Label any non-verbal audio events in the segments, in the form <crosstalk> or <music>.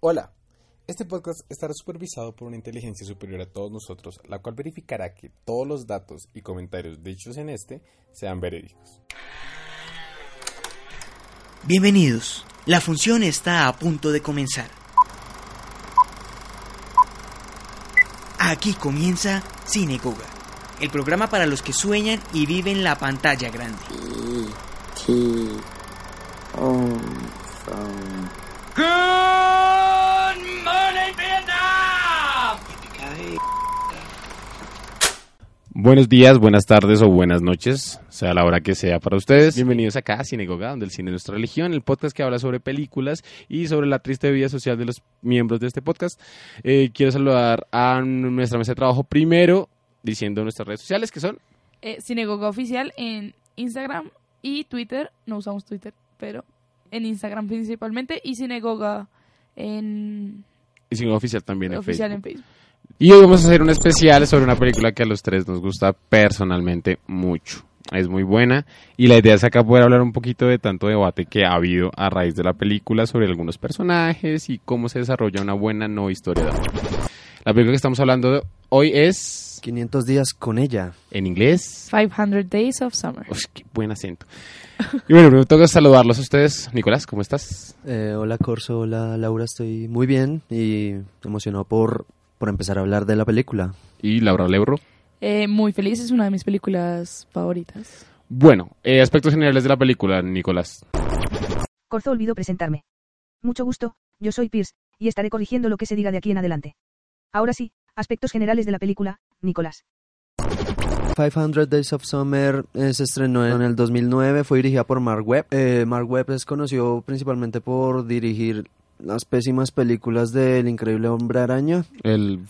Hola, este podcast estará supervisado por una inteligencia superior a todos nosotros, la cual verificará que todos los datos y comentarios dichos en este sean verídicos. Bienvenidos, la función está a punto de comenzar. Aquí comienza Sinagoga, el programa para los que sueñan y viven la pantalla grande. T Om Phone. Buenos días, buenas tardes o buenas noches, sea la hora que sea para ustedes. Bienvenidos acá a Cinegoga, donde el cine es nuestra religión, el podcast que habla sobre películas y sobre la triste vida social de los miembros de este podcast. Eh, quiero saludar a nuestra mesa de trabajo primero, diciendo nuestras redes sociales, que son eh, Sinagoga Oficial en Instagram y Twitter. No usamos Twitter, pero en Instagram principalmente. Y Sinagoga en y Cinegoga Oficial también en oficial Facebook. en Facebook. Y hoy vamos a hacer un especial sobre una película que a los tres nos gusta personalmente mucho. Es muy buena y la idea es acá poder hablar un poquito de tanto debate que ha habido a raíz de la película sobre algunos personajes y cómo se desarrolla una buena no historia de amor. La película que estamos hablando de hoy es 500 días con ella. en inglés. 500 Days of Summer. Uf, qué buen acento. Y bueno, primero tengo que saludarlos a ustedes. Nicolás, ¿cómo estás? Eh, hola Corso, hola Laura, estoy muy bien y emocionado por, por empezar a hablar de la película. Y Laura Lebro. Eh, muy feliz, es una de mis películas favoritas. Bueno, eh, aspectos generales de la película, Nicolás. Corzo olvidó presentarme. Mucho gusto, yo soy Pierce, y estaré corrigiendo lo que se diga de aquí en adelante. Ahora sí, aspectos generales de la película, Nicolás. 500 Days of Summer eh, se estrenó en el 2009, fue dirigida por Mark Webb. Eh, Mark Webb es conocido principalmente por dirigir las pésimas películas del increíble hombre araña, El,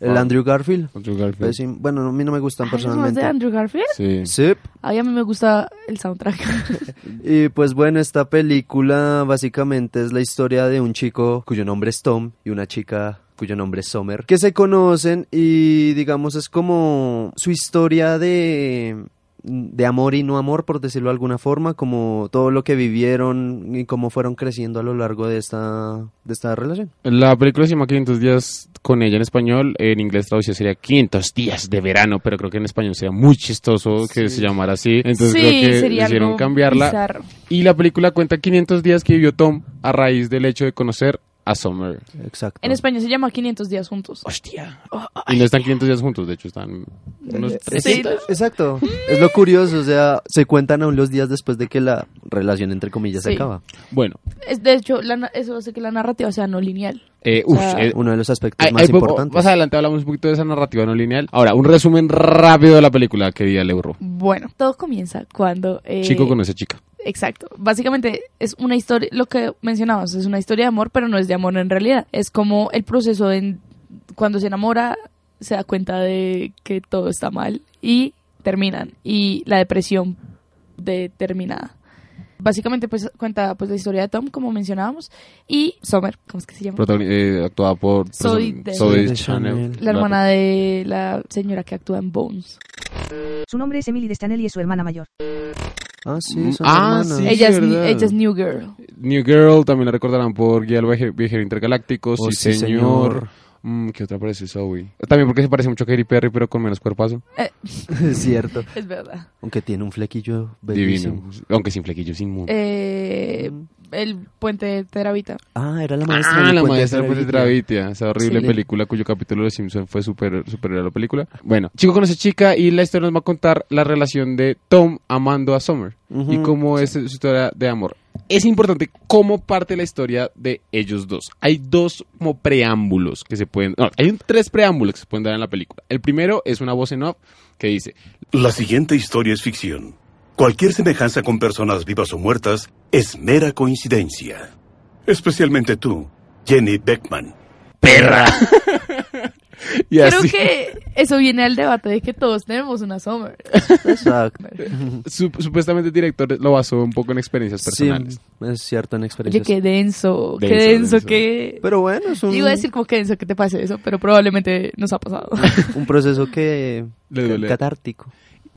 el Andrew Garfield. Andrew Garfield. Pésim- bueno, a mí no me gustan Ay, ¿no es más de personalmente. Andrew Garfield? Sí. Sí, Ay, a mí me gusta el soundtrack. Y pues bueno, esta película básicamente es la historia de un chico cuyo nombre es Tom y una chica cuyo nombre es Summer, que se conocen y digamos es como su historia de de amor y no amor, por decirlo de alguna forma, como todo lo que vivieron y cómo fueron creciendo a lo largo de esta de esta relación. La película se llama 500 días con ella en español, en inglés traducido sería 500 días de verano, pero creo que en español sería muy chistoso que se llamara así, entonces <laughs> sí, creo que sería decidieron algo cambiarla. bizarro. Y la película cuenta 500 días que vivió Tom a raíz del hecho de conocer a Summer. Exacto. En español se llama 500 días juntos. Ah. Oh, Hostia. Y no están 500 días juntos, de hecho están unos Sí. 300. Exacto. Es lo curioso, o sea, se cuentan aún los días después de que la relación entre comillas se Sí. acaba. Bueno, Es, de hecho, la na- eso hace que la narrativa sea no lineal. eh, uf, O sea, eh, Uno de los aspectos Ahí- más ahí po- importantes. Más adelante hablamos un poquito de esa narrativa no lineal. Ahora, un resumen rápido de la película que vi al Euro. Bueno, todo comienza cuando... eh, Chico con esa chica. Exacto. Básicamente es una historia, lo que mencionabas, es una historia de amor, pero no es de amor en realidad. Es como el proceso en cuando se enamora se da cuenta de que todo está mal y terminan y la depresión de terminada. Básicamente pues cuenta pues la historia de Tom como mencionábamos y Summer, ¿cómo es que se llama? Protagoni- eh, actuada por Zoe Zoe Deschanel. Chanel. la hermana de la señora que actúa en Bones. Su nombre es Emily Deschanel y es su hermana mayor. Ah, sí, son Ah, hermanas. sí. ella, es, ni- verdad. ella es New Girl. New Girl, también la recordarán por Guía al Viaje- Viajero Intergaláctico, Oh, sí, sí, señor. señor. Mm, ¿Qué otra parece Zoe? También porque se parece mucho a Katy Perry, pero con menos cuerpazo. <laughs> Es cierto. Es verdad. Aunque tiene un flequillo bellísimo. Em, Divino. Aunque sin flequillo, sin mu. Eh, el puente de Teravita. Ah, era la maestra. Ah, del la puente maestra del de puente de Travitia. Travitia, esa horrible Sí. película cuyo capítulo de Los Simpson fue super, superior a la película. Bueno, chico con esa chica y la historia nos va a contar la relación de Tom amando a Summer Ujú. y cómo es su historia de amor. Es importante cómo parte la historia de ellos dos. Hay dos como preámbulos que se pueden... No, hay un- tres preámbulos que se pueden dar en la película. El primero es una voz en off que dice, La siguiente historia es ficción. Cualquier semejanza con personas vivas o muertas es mera coincidencia. Especialmente tú, Jenny Beckman. ¡perra! <laughs> y Creo así... que eso viene al debate de que todos tenemos una Summer. Exacto. sup- Supuestamente el director lo basó un poco en experiencias Sí, personales. es cierto en Oye, experiencias. qué denso, qué Denso, denso, denso. qué... Pero bueno, es un, Iba a decir como que denso que te pase eso, pero probablemente nos ha pasado. un proceso que <laughs> Le duele. catártico.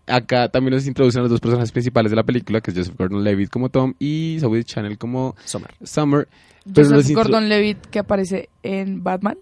Acá también nos introducen los dos personajes principales de la película, que es Joseph Gordon-Levitt como Tom y Zoe Chanel como Summer. Summer. Pero Joseph los intro- Gordon-Levitt que aparece en Batman,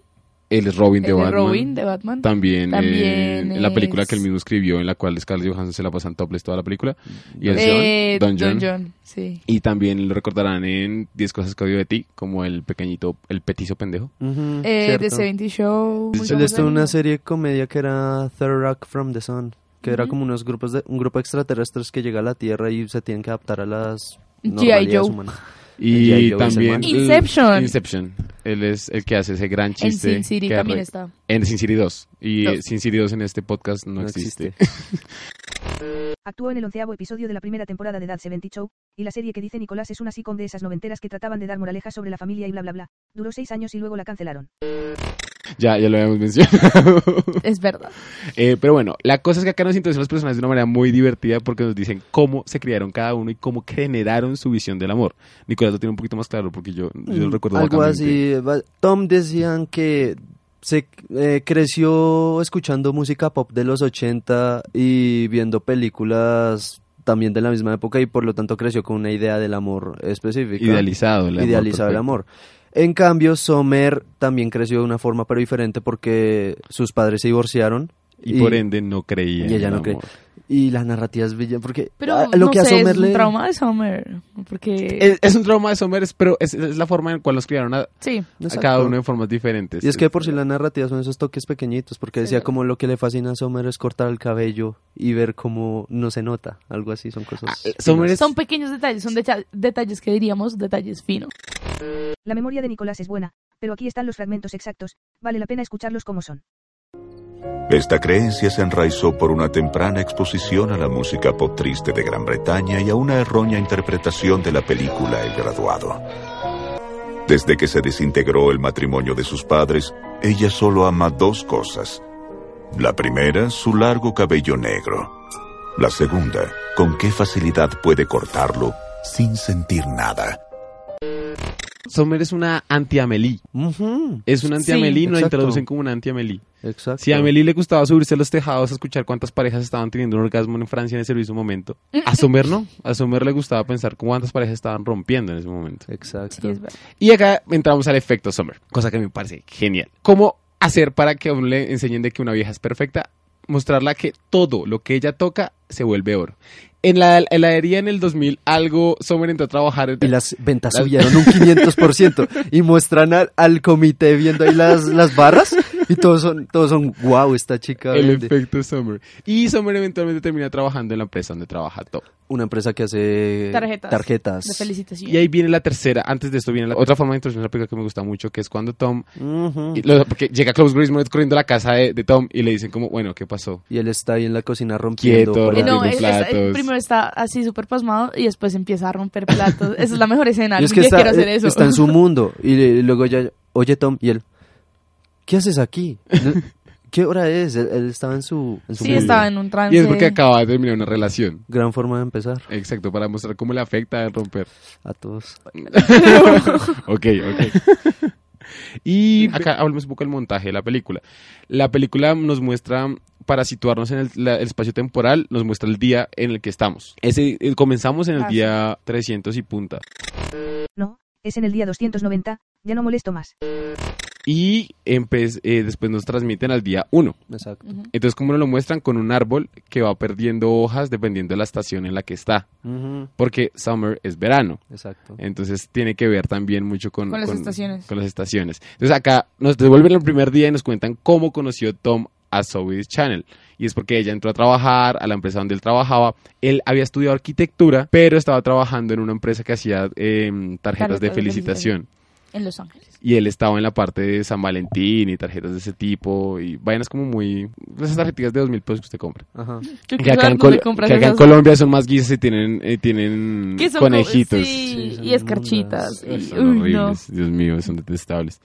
Él es Robin el de de Batman. Robin de Batman. También, eh, También en la película es- que él mismo escribió, en la cual Scarlett Johansson se la pasa en topless toda la película. Y el Eh, John, Don John. Don John, sí. Y también lo recordarán en 10 cosas que odio de ti, como el pequeñito, el petizo pendejo. Ujú, Eh, The Mm, cierto. 70 Show. muy Él estuvo en famosa. una serie de comedia que era Third Rock from the Sun, que era Ujú. como unos grupos de, un grupo de extraterrestres que llega a la Tierra y se tienen que adaptar a las G.I. normalidades Joe. humanas. Y, G.I. Joe es también... el man. Inception. Inception. Él es el que hace ese gran En chiste. Sin City que también arre- está. En Sin City 2. Y eh, Dos. Sin City 2 en este podcast no, existe. Actuó en el onceavo episodio de la primera temporada de That 70 Show, y la serie que dice Nicolás es una sitcom de esas noventeras que trataban de dar moralejas sobre la familia y bla bla bla. Duró seis años y luego la cancelaron. Ya, ya lo habíamos mencionado. <laughs> Es verdad. Eh, pero bueno, la cosa es que acá nos introducen los personajes de una manera muy divertida porque nos dicen cómo se criaron cada uno y cómo generaron su visión del amor. Nicolás lo tiene un poquito más claro porque yo, yo lo recuerdo Mm, Algo vagamente. así. va- Tom decían que se eh, creció escuchando música pop de los 80 y viendo películas también de la misma época y por lo tanto creció con una idea del amor específica. Idealizado. El amor idealizado el perfecto. amor. En cambio, Sommer también creció de una forma pero diferente porque sus padres se divorciaron Y, por ende no creía. y en ella el no cree. amor. y la narrativa es bella porque Pero ah, lo lo no que sé, a Sommer es un le trauma de Summer. Porque. Es, es un trauma de Somers, pero es, es la forma en la cual los criaron a, a sí. Exacto. cada uno en formas diferentes. Y es que por si la narrativa son esos toques pequeñitos, porque decía Exacto. como lo que le fascina a Sommer es cortar el cabello y ver cómo no se nota, algo así, son cosas. Ah, eh, Sommer es- Son pequeños detalles, son decha- detalles que diríamos detalles finos. La memoria de Nicolás es buena, pero aquí están los fragmentos exactos, vale la pena escucharlos como son. Esta creencia se enraizó por una temprana exposición a la música pop triste de Gran Bretaña y a una errónea interpretación de la película El graduado. Desde que se desintegró el matrimonio de sus padres, ella solo ama dos cosas. La primera, su largo cabello negro. La segunda, con qué facilidad puede cortarlo sin sentir nada. Sommer es una anti-Amelie. Ujú, Es una Sí. anti-Amelie, no la Exacto. introducen como una anti-Amelie. exacto. Si a Amelie le gustaba subirse a los tejados a escuchar cuántas parejas estaban teniendo un orgasmo en Francia en ese mismo momento, Mm. a Sommer no. A Sommer le gustaba pensar cuántas parejas estaban rompiendo en ese momento. Exacto. Sí, es verdad. Y acá entramos al efecto Sommer, cosa que me parece genial. ¿Cómo hacer para que aún le enseñen de que una vieja es perfecta? Mostrarla que todo lo que ella toca se vuelve oro. En la heladería en el 2000, algo Sommer entró a trabajar. en- Y las ventas Las- subieron un 500% y muestran al, al comité viendo ahí las, las barras y todos son, todos son, wow, esta chica el vende". efecto Sommer. Y Sommer eventualmente termina trabajando en la empresa donde trabaja Top. Una empresa que hace Tarjetas. tarjetas. De felicitación. Y ahí viene la tercera. Antes de esto viene la otra forma de introducción de la película que me gusta mucho, que es cuando Tom. Ujú. y lo- porque llega Klaus Grisman corriendo a la casa de, de Tom y le dicen, como, bueno, ¿qué pasó? Y él está ahí en la cocina rompiendo. Quieto, Eh, para- no, rompiendo es- es- platos. primero está así súper pasmado y después empieza a romper platos. Esa es la <laughs> mejor escena. Y es que Yo está, eh, quiero e, hacer eso. está en <laughs> su mundo. Y, le- luego ya, oye Tom, y él, ¿qué haces aquí? <laughs> No- ¿Qué hora es? Él, él estaba en su, en su sí, mundo. estaba en un trance. Y es porque acaba de terminar una relación. Gran forma de empezar Exacto, para mostrar cómo le afecta el romper. a todos. Ok, ok. <laughs> Y acá hablemos un poco del montaje de la película. La película nos muestra, para situarnos en el, la- el espacio temporal, nos muestra el día en el que estamos. Ese, eh, comenzamos en el Ah, sí. día 300 y punta. No, es en el día 290, ya no molesto más. Y empe- eh, después nos transmiten al día 1. Exacto. Ujú. Entonces, ¿cómo nos lo muestran? Con un árbol que va perdiendo hojas dependiendo de la estación en la que está. Ujú, Porque summer es verano. Exacto. Entonces tiene que ver también mucho con, Con las estaciones. con las estaciones. Entonces acá nos devuelven al primer día y nos cuentan cómo conoció Tom a Zoe Channel. Y es porque ella entró a trabajar a la empresa donde él trabajaba. Él había estudiado arquitectura, pero estaba trabajando en una empresa que hacía eh, tarjetas Tarjetas de de felicitación. En Los Ángeles. Y él estaba en la parte de San Valentín y tarjetas de ese tipo. Y vainas como muy... Esas tarjetas de 2.000 pesos que usted compra. Ajá. Yo <laughs> Que quiero acá, saber en, dónde Col- compras que acá en esas- Colombia son más guisas y tienen, eh, tienen que son como- conejitos. Sí, Sí, son y escarchitas. inmundas. y- Son uy, no. horribles, Dios mío, son detestables.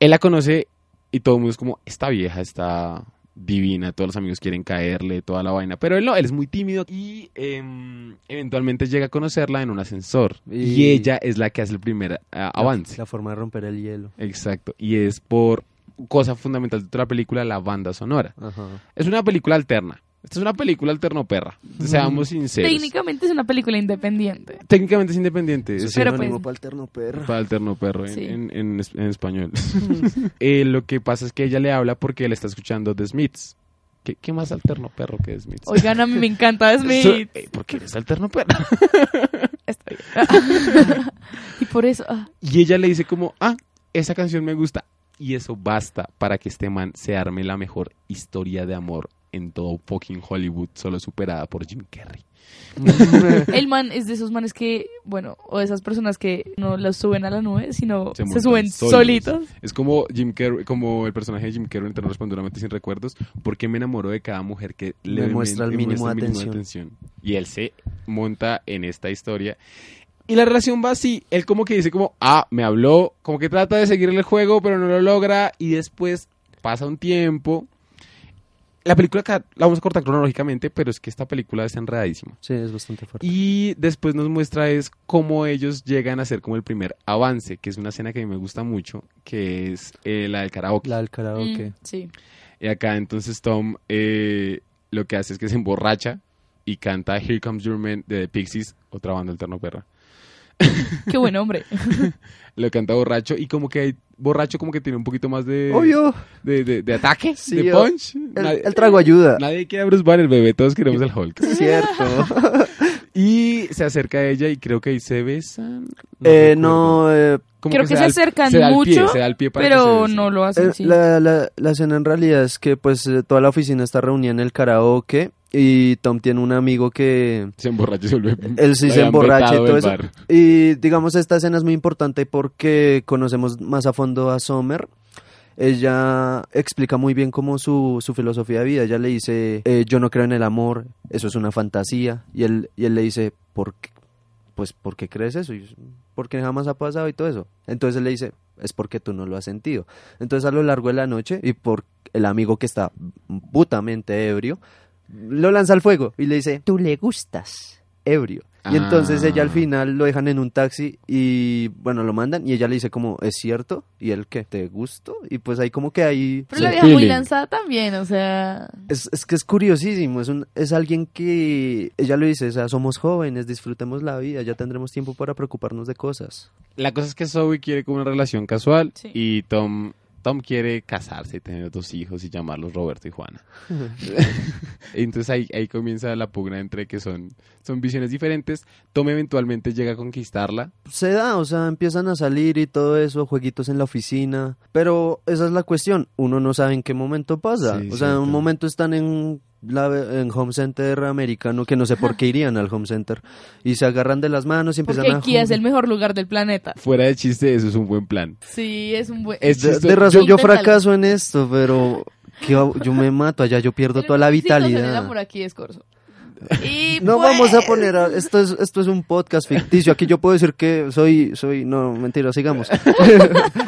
Él la conoce y todo el mundo es como, esta vieja está divina, todos los amigos quieren caerle, toda la vaina. Pero él no, él es muy tímido y em, eventualmente llega a conocerla en un ascensor. Y, Y- ella es la que hace el primer ah, avance. La forma de romper el hielo. Exacto. Y es por cosa fundamental de toda la película, la banda sonora. Ajá. Es una película alterna. Esta es una película alternoperra, seamos sinceros. Técnicamente es una película independiente. Técnicamente es independiente. Es es Pero sinónimo pues- pa' alterno, perro. Para alterno perro en, Sí. en- en es- en español. Eh, lo que pasa es que ella le habla porque él está escuchando The Smiths. ¿Qué, qué más alterno perro que The Smiths? <laughs> Oigan, a mí me encanta Smith. Eh, ¿Por qué eres alterno perro? <laughs> Está bien. <laughs> y por eso, ah, Y ella le dice como, ah, esa canción me gusta. Y eso basta para que este man se arme la mejor historia de amor en todo fucking Hollywood, solo superada por Jim Carrey. el man es de esos manes que, bueno, o de esas personas que no los suben a la nube, sino se, montan suben solitos. solitos. Es como Jim Carrey, como el personaje de Jim Carrey en Terror Resplandorante sin recuerdos, porque me enamoró de cada mujer que Me levemente muestra el mínimo de atención. Y él se monta en esta historia. Y la relación va así, él como que dice como, ah, me habló, como que trata de seguir el juego, pero no lo logra, y después pasa un tiempo. La película ca- la vamos a cortar cronológicamente, pero es que esta película es enredadísima. <laughs> Sí, es bastante fuerte. Y después nos muestra es cómo ellos llegan a hacer como el primer avance, que es una escena que a mí me gusta mucho, que es eh, la del karaoke. La del karaoke. Mm, sí. Y acá entonces Tom eh, lo que hace es que se emborracha y canta Here Comes Your Man de The Pixies, otra banda alterno perra. Qué buen <laughs> hombre. Lo canta borracho y como que hay- borracho como que tiene un poquito más de, Obvio, de, de- de ataque, <laughs> Sí, de o- punch. el, Nadie- el trago ayuda. Nadie quiere a Bruce Banner, bebé, todos queremos el Hulk. <laughs> Es cierto. Y se acerca a ella y creo que ahí se besan. No, eh, recuerdo. no eh, Como Creo que da se el- acercan se da el pie, mucho, se da el pie para Pero que se- no lo hacen, eh, sí. la, la, la escena en realidad es que pues eh, toda la oficina está reunida en el karaoke y Tom tiene un amigo que se emborracha y se vuelve. <laughs> él sí lo se habían emborracha y vetado todo del eso. bar. Y digamos esta escena es muy importante porque conocemos más a fondo a Sommer. Ella explica muy bien cómo su, su filosofía de vida. Ella le dice, eh, yo no creo en el amor, eso es una fantasía. Y él, y él le dice, ¿por qué? Pues, ¿por qué crees eso? Y yo, porque jamás ha pasado y todo eso. Entonces él le dice, es porque tú no lo has sentido. Entonces a lo largo de la noche y por el amigo que está putamente ebrio, lo lanza al fuego y le dice, tú le gustas, ebrio. Y entonces Ah. ella al final lo dejan en un taxi y bueno, lo mandan y ella le dice como, ¿es cierto? Y él que te gusto y pues ahí como que ahí... Pero la Sí. vieja muy Feeling. lanzada también, o sea. Es, es que es curiosísimo, es, un, es alguien que ella lo dice, o sea, somos jóvenes, disfrutemos la vida, ya tendremos tiempo para preocuparnos de cosas. La cosa es que Zoe quiere como una relación casual Sí. y Tom. Tom quiere casarse y tener dos hijos y llamarlos Roberto y <laughs> Juana. <laughs> Entonces ahí, ahí comienza la pugna entre que son, son visiones diferentes. Tom eventualmente llega a conquistarla. Se da, o sea, empiezan a salir y todo eso, jueguitos en la oficina, pero esa es la cuestión, uno no sabe en qué momento pasa, Sí, o sea, en un cierto. momento están en, la, en Home Center americano, que no sé por qué <laughs> irían al Home Center, y se agarran de las manos y empiezan Porque a... Kia es jugar. el mejor lugar del planeta. Fuera de chiste, eso es un buen plan. Sí, es un buen. Es De, chistoso. de razón yo Inténtalo. fracaso en esto, pero que yo- yo me mato allá, yo pierdo toda la Sí, no, se le vitalidad. enamora aquí es corso. Y No pues- vamos a poner, a- esto es esto es un podcast ficticio. Aquí yo puedo decir que soy soy no, <laughs> mentira, sigamos.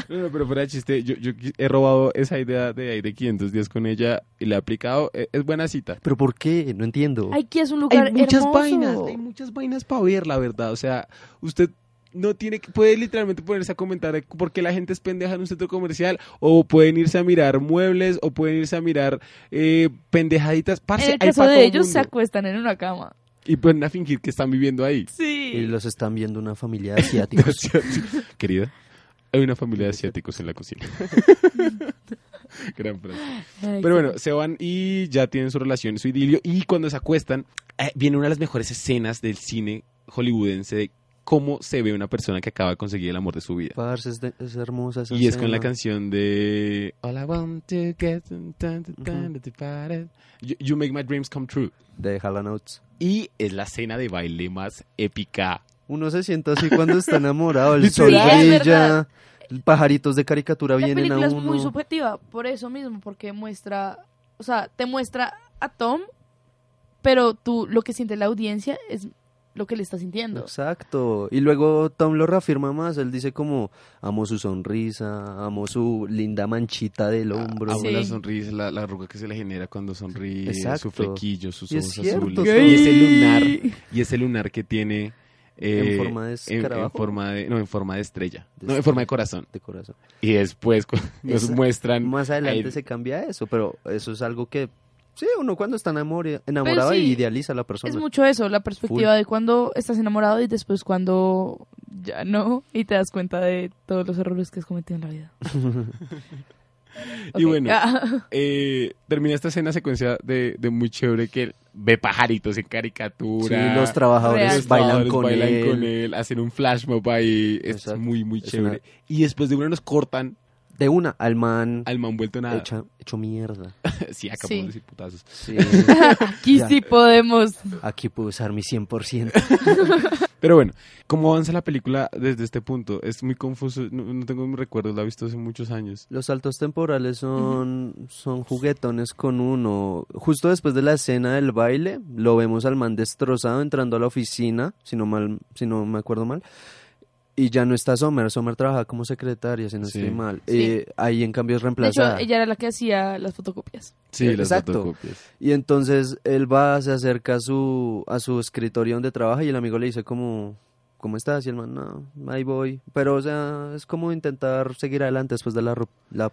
No, no, pero fuera de chiste, yo, yo he robado esa idea de ahí de 500 días con ella y la he aplicado. Eh, Es buena cita. Pero ¿por qué? No entiendo. Ay, Kia es un lugar hay muchas hermoso. vainas, hay muchas vainas para ver, la verdad. O sea, usted no tiene que, puede literalmente ponerse a comentar por qué la gente es pendeja en un centro comercial, o pueden irse a mirar muebles, o pueden irse a mirar eh, pendejaditas. Parce, En el hay caso pa' todo de ellos se mundo. acuestan en una cama. Y pueden a fingir que están viviendo <laughs> ahí. Y Sí. los están viendo una familia <laughs> <laughs> de asiáticos. Querida, hay una familia de asiáticos en la cocina. <laughs> Gran frase. Ay, Pero qué- bueno, se van y ya tienen su relación, su idilio. Y cuando se acuestan, eh, viene una de las mejores escenas del cine hollywoodense de cómo se ve una persona que acaba de conseguir el amor de su vida. Parce, es, de- es hermosa esa Y es con la escena. canción de All I want to get dun, dun, dun, dun, dun, you, you make my dreams come true. de Hall Oates. Y es la escena de baile más épica. Uno se siente así cuando <laughs> está enamorado, el sol Literal. Sí, es brilla, pajaritos de caricatura La vienen a película es uno. muy subjetiva, por eso mismo, porque muestra, o sea, te muestra a Tom, pero tú lo que siente la audiencia es lo que le está sintiendo. Exacto. Y luego Tom lo reafirma más. Él dice como, amo su sonrisa, amo su linda manchita Ah, del hombro. Amo Sí. la sonrisa, la, la arruga que se le genera cuando sonríe, Exacto. su flequillo, sus Y es ojos cierto, azules. Gay. Y ese lunar, y ese lunar que tiene... eh, En forma de en- en, escarabajo. forma de, no, en forma de estrella. De no, en forma de corazón. de corazón. <laughs> Y después cu- nos Esa- muestran... Em, Más adelante ahí- se cambia eso, pero eso es algo que Sí, uno cuando está enamore- enamorado sí, y idealiza a la persona. Es mucho eso, la perspectiva Full. de cuando estás enamorado y después cuando ya no y te das cuenta de todos los errores que has cometido en la <laughs> vida. Y Ok. bueno, eh, termina esta escena secuencia de, de muy chévere que ve pajaritos en Sí, caricatura. los trabajadores Real. bailan, Los con, bailan él. con él, hacen un flash mob ahí. Es Exacto. muy, muy Es chévere. Y después de una nos cortan De una, al man al man vuelto nada. hecha- hecho mierda. <laughs> Sí, acabamos Sí. de decir putazos. Sí, Aquí Ya. sí podemos. aquí puedo usar mi 100%. Pero bueno, ¿cómo avanza la película desde este punto? Es muy confuso. No, no tengo un recuerdo, la he visto hace muchos años. Los saltos temporales son, son juguetones con uno. Justo después de la escena del baile, lo vemos al man destrozado entrando a la oficina, si no, mal, si no me acuerdo mal. Y ya no está Sommer. Sommer trabaja como secretaria, si no Sí. estoy mal. Sí. Eh, ahí en cambio es De hecho, reemplazada. ella era la que hacía las fotocopias. Sí, las Eh, Exacto. fotocopias. Y entonces él va, se acerca a su, a su escritorio donde trabaja y el amigo le dice como, ¿cómo estás? Y el man, no, ahí voy. Pero, o sea, es como intentar seguir adelante después de la, rup- la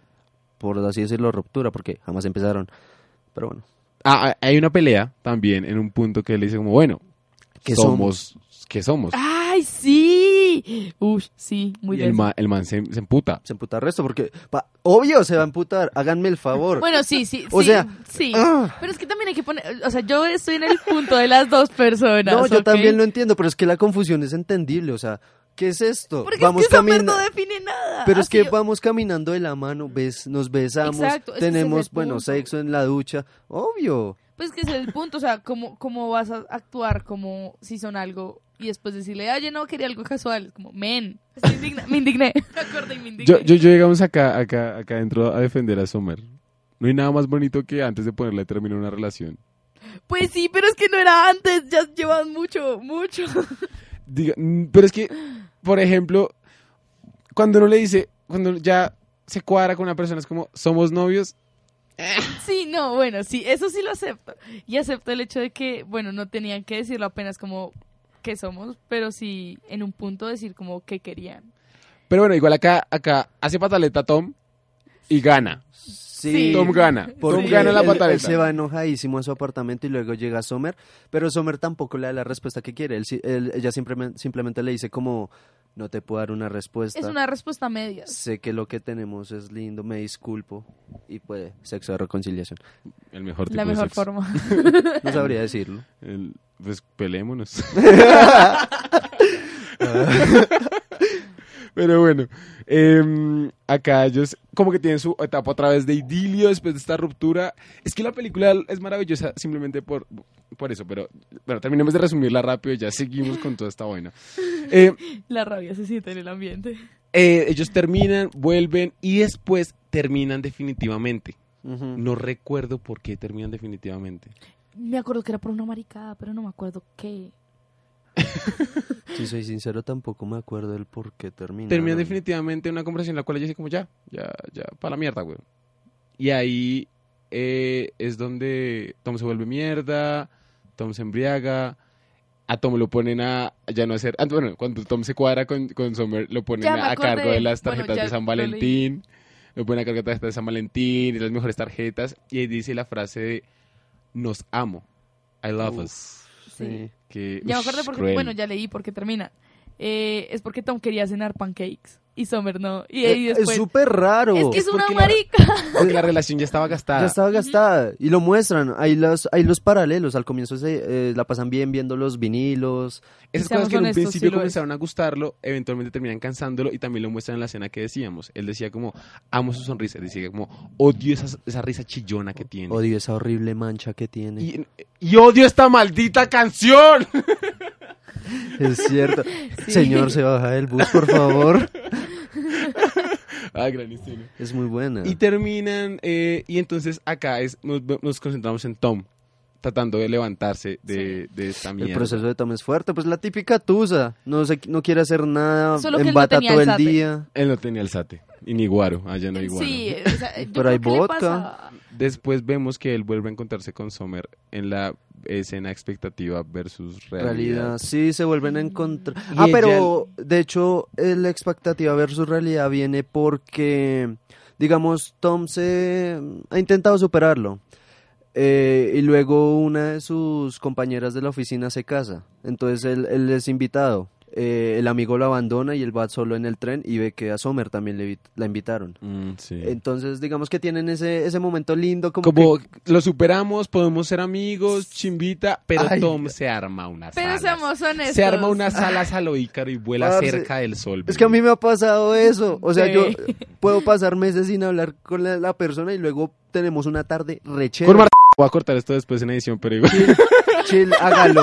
por así decirlo, ruptura, porque jamás empezaron. Pero bueno, Ah, ah, hay una pelea también en un punto que le dice como, bueno, ¿Qué somos? ¿Qué somos? ¡Ay, sí! Uy, sí, Ah, muy Y el, bien. ma- el man se, se emputa. se emputa el resto, porque, pa- obvio, se va a emputar, háganme el favor. Bueno, sí, sí, O sí, sea, sí. ah. Pero es que también hay que poner, o sea, yo estoy en el punto de las dos personas. no, yo ¿ok? también lo entiendo, pero es que la confusión es entendible, o sea, ¿qué es esto? Porque Vamos es que Summer camina- no define nada. Pero es Ah, Así- que vamos caminando de la mano, ves, nos besamos, Exacto, es que ese es tenemos, el bueno, punto. sexo en la ducha, obvio. Pues que ese es el punto, o sea, cómo, cómo vas a actuar como si son algo y después decirle, oye, no, quería algo casual. Es como, men, Estoy indigna- <laughs> me indigné. Me acordé y me indigné. Yo, yo, yo llegamos acá, acá, acá adentro a defender a Sommer. No hay nada más bonito que antes de ponerle término a una relación. Pues sí, pero es que no era antes, ya llevan mucho, <laughs> mucho. Diga- mm, pero es que, por ejemplo, cuando uno le dice, cuando ya se cuadra con una persona, es como, somos novios. Sí, no, bueno, sí, eso sí lo acepto. Y acepto el hecho de que, bueno, no tenían que decirlo apenas como que somos, pero sí en un punto decir como que querían. Pero bueno, igual acá, acá hace pataleta Tom y gana. Sí. Tom gana. Porque Tom gana la él- él pataleta. se va enojadísimo a su apartamento y luego llega Sommer, pero Sommer tampoco le da la respuesta que quiere. Él, si- él- ella simplemente, simplemente le dice como, no te puedo dar una respuesta. Es una respuesta a medias. Sé que lo que tenemos es lindo, me disculpo. Y puede, sexo de reconciliación. El mejor tipo La de mejor sexo. <laughs> forma. No sabría <laughs> decirlo. El- pues peleémonos. Pero bueno, em, acá ellos como que tienen su etapa a través de idilio después de esta ruptura. Es que la película es maravillosa simplemente por, por eso, pero bueno, terminemos de resumirla rápido y ya seguimos con toda esta vaina. Em, La rabia se siente en el ambiente. eh, ellos terminan, vuelven y después terminan definitivamente. Ujú. No recuerdo por qué terminan definitivamente. Me acuerdo que era por una maricada, pero no me acuerdo qué. Si soy sincero, tampoco me acuerdo del por qué termina. terminan definitivamente una conversación en la cual ella dice como ya, ya, ya, para la mierda, güey. Y ahí eh, es donde Tom se vuelve mierda, Tom se embriaga, a Tom lo ponen a ya no hacer, ah, bueno, cuando Tom se cuadra con, con Summer, lo ponen Ya me a, a acordé. cargo de las Bueno, tarjetas ya de San lo leí. Valentín, lo ponen a cargo de las tarjetas de San Valentín, de las mejores tarjetas, y ahí dice la frase de nos amo, I love Uf. us. Sí. Sí. Que, Ya me ush, acuerdo porque, cruel. bueno, ya leí porque termina. Eh, es porque Tom quería cenar pancakes y Summer no. Y, y Eh, después. es súper raro. es que es una porque la- marica. Porque la relación ya estaba gastada. Ya estaba gastada. Y lo muestran. Hay los, hay los paralelos. Al comienzo se, eh, la pasan bien viendo los vinilos. Esas Seamos cosas que en un honestos, principio sí lo es. comenzaron a gustarlo, eventualmente terminan cansándolo y también lo muestran en la escena que decíamos. Él decía como, amo su sonrisa, decía como, odio esa, esa risa chillona que tiene. Odio esa horrible mancha que tiene. Y, y odio esta maldita canción. <laughs> Es cierto. Sí. Señor, se baja del bus, <laughs> por favor. Ah, granísimo. Es muy buena. Y terminan, eh, y entonces acá es, nos, nos concentramos en Tom, tratando de levantarse de, de esta mierda. El proceso de Tom es fuerte. Pues la típica tusa. No, se, no quiere hacer nada. Solo que él no embata tenía todo el alzate. día. Él no tenía el sate, y ni guaro, allá no hay guaro. Sí, o sea, yo Pero creo hay que le vodka. pasa- Después vemos que él vuelve a encontrarse con Sommer en la escena expectativa versus En realidad. realidad, sí, se vuelven a encontrar. Y Ah, ella- pero de hecho, eh, la expectativa versus realidad viene porque, digamos, Tom se ha intentado superarlo. eh, y luego una de sus compañeras de la oficina se casa. Entonces él, él es invitado. Eh, el amigo lo abandona y él va solo en el tren y ve que a Sommer también le, vi- la invitaron. Mm, sí. Entonces digamos que tienen ese, ese momento lindo Eh, como, Como que- lo superamos, podemos ser amigos, chimbita, pero Ay. Tom se arma unas Pero alas. seamos honestos. Se arma unas alas a lo Ícaro y vuela Parce, cerca del sol. Es que a mí me ha pasado eso. O sea, Ve. yo puedo pasar meses sin hablar con la, la persona y luego tenemos una tarde rechera. Con Marta- Voy a cortar esto después en edición, pero igual. <laughs> Chill, chill, hágalo.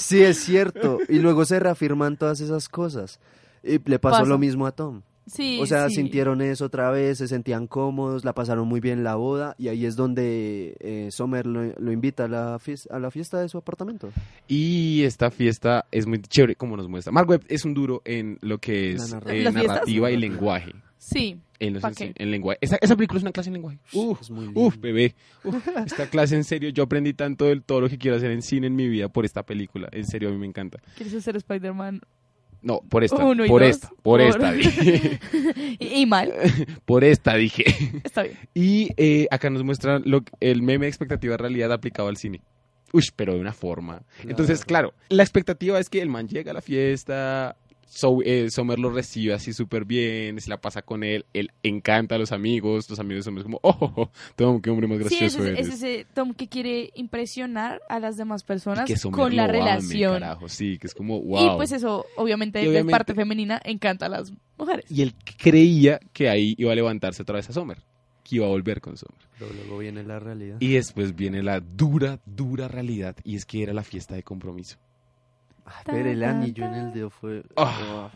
Sí, es cierto. Y luego se reafirman todas esas cosas. Y le pasó Pasa. lo mismo a Tom. Sí, O sea, sí. sintieron eso otra vez, se sentían cómodos, la pasaron muy bien la boda. Y ahí es donde eh, Sommer lo, lo invita a la, fiesta, a la fiesta de su apartamento. Y esta fiesta es muy chévere, como nos muestra. Mark Webb es un duro en lo que La es narrativa. eh, ¿Las fiestas? narrativa y lenguaje. Sí. En los ¿Pa ense- qué? en lenguaje. Esa, esa película es una clase en lenguaje. Uf, es muy uf, Mm. lindo. bebé. <laughs> Uf, esta clase, en serio, yo aprendí tanto del todo lo que quiero hacer en cine en mi vida por esta película. En serio, a mí me encanta. ¿Quieres hacer Spider-Man? No, por esta. Uno y por dos. esta. Por, esta. <laughs> Dije. <laughs> y, y mal. por esta dije. <laughs> Está bien. Y eh, acá nos muestran lo, que- el meme de expectativa realidad aplicado al cine. Uy, pero de una forma. Entonces, claro, la expectativa es que el man llega a la fiesta, So- eh, Sommer lo recibe así súper bien, se la pasa con él, él encanta a los amigos, los amigos de Sommer es como, oh, oh, oh, Tom, qué hombre más Sí, es gracioso ese, eres. es ese Tom que quiere impresionar a las demás Y personas que Sommer con la lo ame, relación. carajo, sí, que es como, wow. Y pues eso, obviamente, Y de obviamente- parte femenina encanta a las mujeres. Y él creía que ahí iba a levantarse otra vez a Sommer, que iba a volver con Sommer. Pero luego viene la realidad. Y después viene la dura, dura realidad, y es que era la fiesta de compromiso. Ay, pero el anillo en el dedo fue... Ah.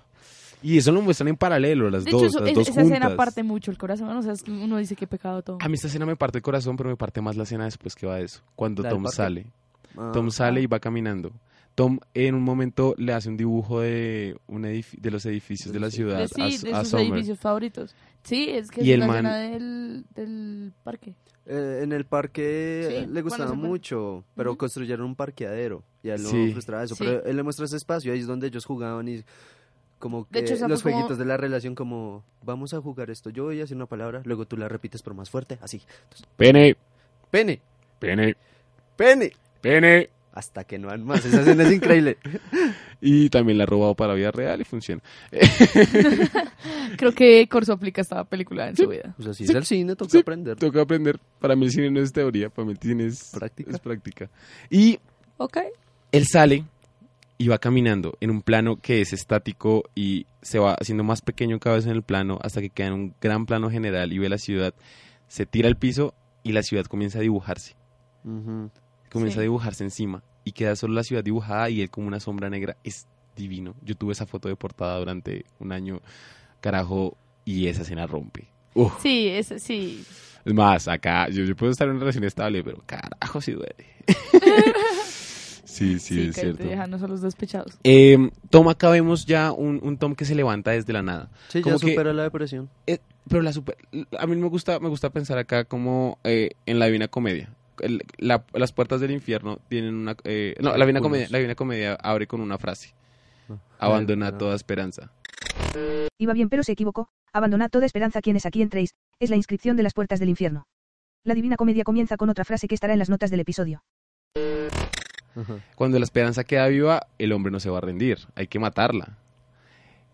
Y eso lo muestran en paralelo, las De dos, hecho, eso- las es- dos esa juntas. escena parte mucho el corazón. O sea, es que uno dice que pecado todo. A mí esta escena me parte el corazón, pero me parte más la escena después que va de eso. Cuando La del Tom parque. sale. Ah. Tom sale y va caminando. Tom en un momento le hace un dibujo de, un edifi- de los edificios de la Sí. ciudad De, sí, de a, a sus Summer. edificios favoritos. Sí, es que Y es el la man- escena del, del parque. Eh, en el parque Sí, eh, le cuando gustaba se fue. mucho, pero Ujú. construyeron un parqueadero y a él lo Sí. frustraba eso. Sí. Pero él le muestra ese espacio, ahí es donde ellos jugaban y como De que hecho, esa los fue como- jueguitos de la relación como vamos a jugar esto, yo voy a decir una palabra, luego tú la repites pero más fuerte, así. Pene, Pene, pene, pene, pene. hasta que no han más. Esa escena es <laughs> increíble. Y también la ha robado para vida real y funciona. Creo que Corso aplica esta película en su vida. Pues así es el cine, toca Sí. aprender. Tengo que aprender. Para mí el cine no es teoría, para mí el cine es Práctica. Es práctica. Y Ok. Él sale y va caminando en un plano que es estático y se va haciendo más pequeño cada vez en el plano hasta que queda en un gran plano general y ve la ciudad. Se tira al piso y la ciudad comienza a dibujarse. Ujú. Comienza Sí. a dibujarse encima y queda solo la ciudad dibujada y él como una sombra negra. Es divino. Yo tuve esa foto de portada durante un año, carajo, y esa escena rompe. Uf. Sí, es, sí. Es más, acá yo, yo puedo estar en una relación estable, pero carajo, si <laughs> duele. sí, sí, Sí, es que cierto. te dejan a los despechados. Eh, Tom, acá vemos ya un, un Tom que se levanta desde la nada. Sí, ya Como que- supera la depresión. Eh, pero la super- a mí me gusta, me gusta pensar acá como eh, en la Divina Comedia. El- la- las puertas del infierno tienen una... eh, no, la Divina, Comedia, la Divina Comedia abre con una frase. Abandona Bueno. toda esperanza. Iba bien pero se equivocó, abandonad toda esperanza quienes aquí entréis, es la inscripción de las puertas del infierno. La Divina Comedia comienza con otra frase que estará en las notas del episodio. Ajá. Cuando la esperanza queda viva, el hombre no se va a rendir. Hay que matarla.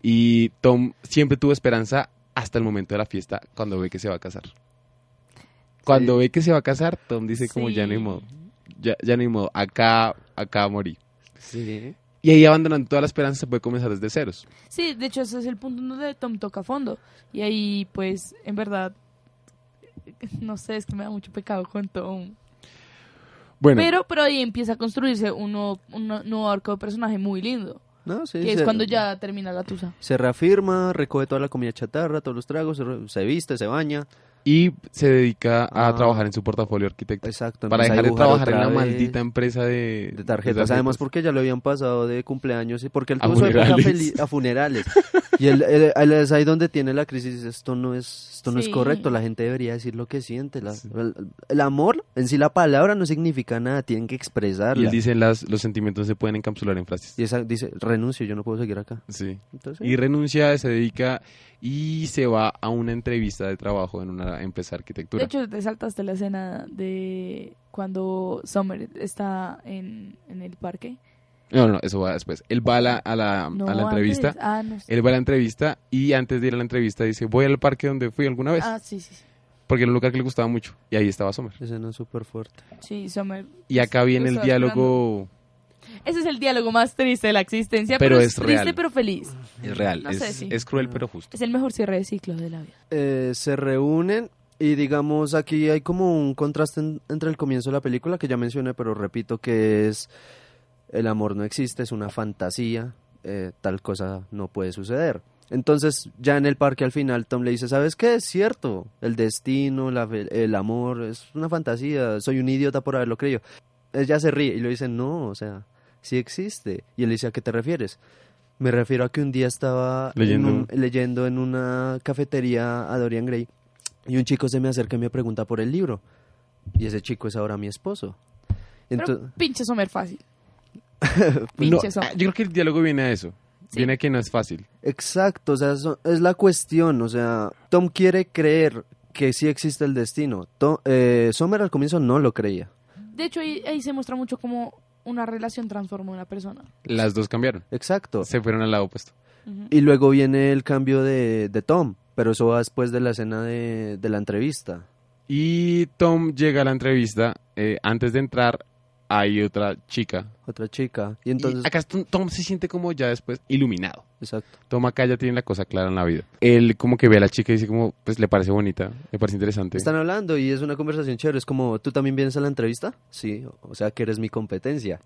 Y Tom siempre tuvo esperanza hasta el momento de la fiesta cuando ve que se va a casar. Cuando ve que se va a casar, Tom dice como ya no hay Sí. modo. Ya, ya no hay modo. Acá, acá morí. Sí. Y ahí abandonando toda la esperanza se puede comenzar desde ceros. Sí, de hecho, ese es el punto en donde Tom toca fondo. Y ahí, pues, en verdad, no sé, es que me da mucho pecado con Tom. Bueno, Pero, pero ahí empieza a construirse un nuevo, un nuevo arco de personaje muy lindo. No, sí, que es se- cuando ya termina la tusa. se reafirma, recoge toda la comida chatarra, todos los tragos, se, re- se viste, se baña. y se dedica a Ah. trabajar en su portafolio arquitecto. Exacto. Para empieza a dejar de dibujar trabajar en la otra vez. maldita empresa de, de tarjetas. Además, porque ya lo habían pasado de cumpleaños y porque él A tuvo su época funerales. feliz- a funerales. y él, él- él es ahí donde tiene la crisis. dice, Esto no es, esto no es Sí. correcto. La gente debería decir lo que siente. la- Sí. el, el amor en sí, la palabra no significa nada. Tienen que Y expresarla. él dice, las, los sentimientos no se pueden encapsular en frases. Y esa dice renuncio, yo no puedo seguir acá. Sí. Entonces, Y renuncia, se dedica y se va a una entrevista de trabajo en una empresa de arquitectura. De hecho, te saltaste la escena de cuando Summer está en, en el parque. No, no, eso va después. Él va a la, a la, No, a la antes. entrevista. Ah, no sé. Él va a la entrevista y antes de ir a la entrevista dice, voy al parque donde fui alguna vez, Ah, sí, sí. sí. porque era un lugar que le gustaba mucho. Y ahí estaba Sommer. Escena súper fuerte. Sí, Summer. Y acá viene el estaba diálogo, Ese es el diálogo más triste de la existencia, Pero pero, es es triste real. pero feliz. es real, No es, sé, sí. es cruel pero justo. Es el mejor cierre de ciclo de la vida. eh, se reúnen y digamos aquí hay como un contraste en- entre el comienzo de la película que ya mencioné, pero repito que es el amor no existe, es una fantasía, eh, tal cosa no puede suceder. Entonces ya en el parque al final Tom le dice, ¿sabes qué? Es cierto, el destino, la fe- el amor, es una fantasía, soy un idiota por haberlo creído. Ella se ríe y le dice, no, o sea, sí existe. Y él dice, ¿a qué te refieres? Me refiero a que un día estaba en Leyendo. un- leyendo en una cafetería a Dorian Gray y un chico se me acerca y me pregunta por el libro. Y ese chico es ahora mi esposo. Entonces, Pero pinche Summer fácil. <laughs> No, Pinche Summer. ah, yo creo que el diálogo viene a eso. Viene a que no es fácil. Exacto, o sea, eso es la cuestión, o sea, Tom quiere creer que sí existe el destino. To- eh, Sommer al comienzo no lo creía. De hecho, ahí, ahí se muestra mucho cómo una relación transforma a una persona. Las dos cambiaron. Exacto. Se fueron al lado opuesto. Ujú. Y luego viene el cambio de, de Tom, pero eso va después de la escena de, de la entrevista. Y Tom llega a la entrevista. eh, antes de entrar, hay otra chica. Otra chica. Y Y entonces... acá Tom, Tom se siente como ya después iluminado. Exacto. Tom acá ya tiene la cosa clara en la vida. Él como que ve a la chica y dice como, pues le parece bonita, le parece interesante. <laughs> Están hablando y es una conversación chévere. Es como, ¿tú también vienes a la entrevista? Sí, o sea que eres mi competencia.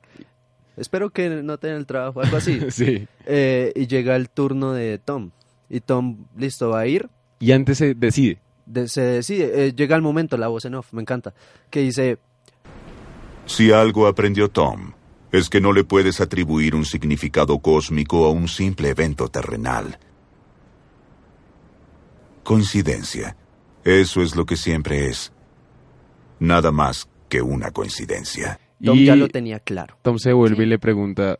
Espero que no te den el trabajo, <laughs> algo así. sí. Eh, y llega el turno de Tom. Y Tom, listo, va a ir. Y antes se decide. de- se decide, eh, llega el momento, la voz en off, me encanta, que dice, Si algo aprendió Tom, es que no le puedes atribuir un significado cósmico a un simple evento terrenal. Coincidencia. Eso es lo que siempre es. Nada más que una coincidencia. Tom y ya lo tenía claro. Tom se vuelve Sí. y le pregunta,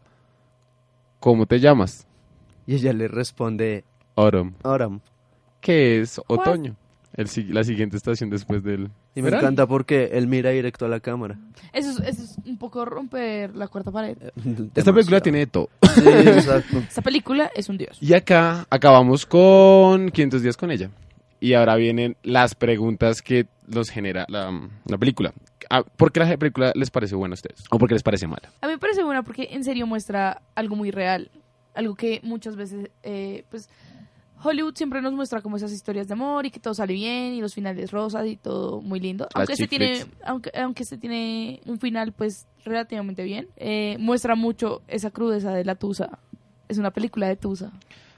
¿cómo te llamas? Y ella le responde, Autumn. Aram. Que es otoño. El si- la siguiente estación después del... Y me verano. encanta porque él mira directo a la <laughs> cámara. Eso, es, eso es un poco romper la cuarta pared. Esta película tiene de todo. <laughs> Sí, exacto. Esta película es un dios. Y acá acabamos con 500 días con ella. Y ahora vienen las preguntas que nos genera la, la película. Ah, ¿Por qué la película les parece buena a ustedes? ¿O por qué les parece mala? A mí me parece buena porque en serio muestra algo muy real. Algo que muchas veces, eh, pues, Hollywood siempre nos muestra como esas historias de amor y que todo sale bien y los finales rosas y todo muy lindo. Aunque este chick tiene, flicks. aunque, aunque este tiene un final, pues, relativamente bien. eh, muestra mucho esa crudeza de la Tusa. Es una película de Tusa.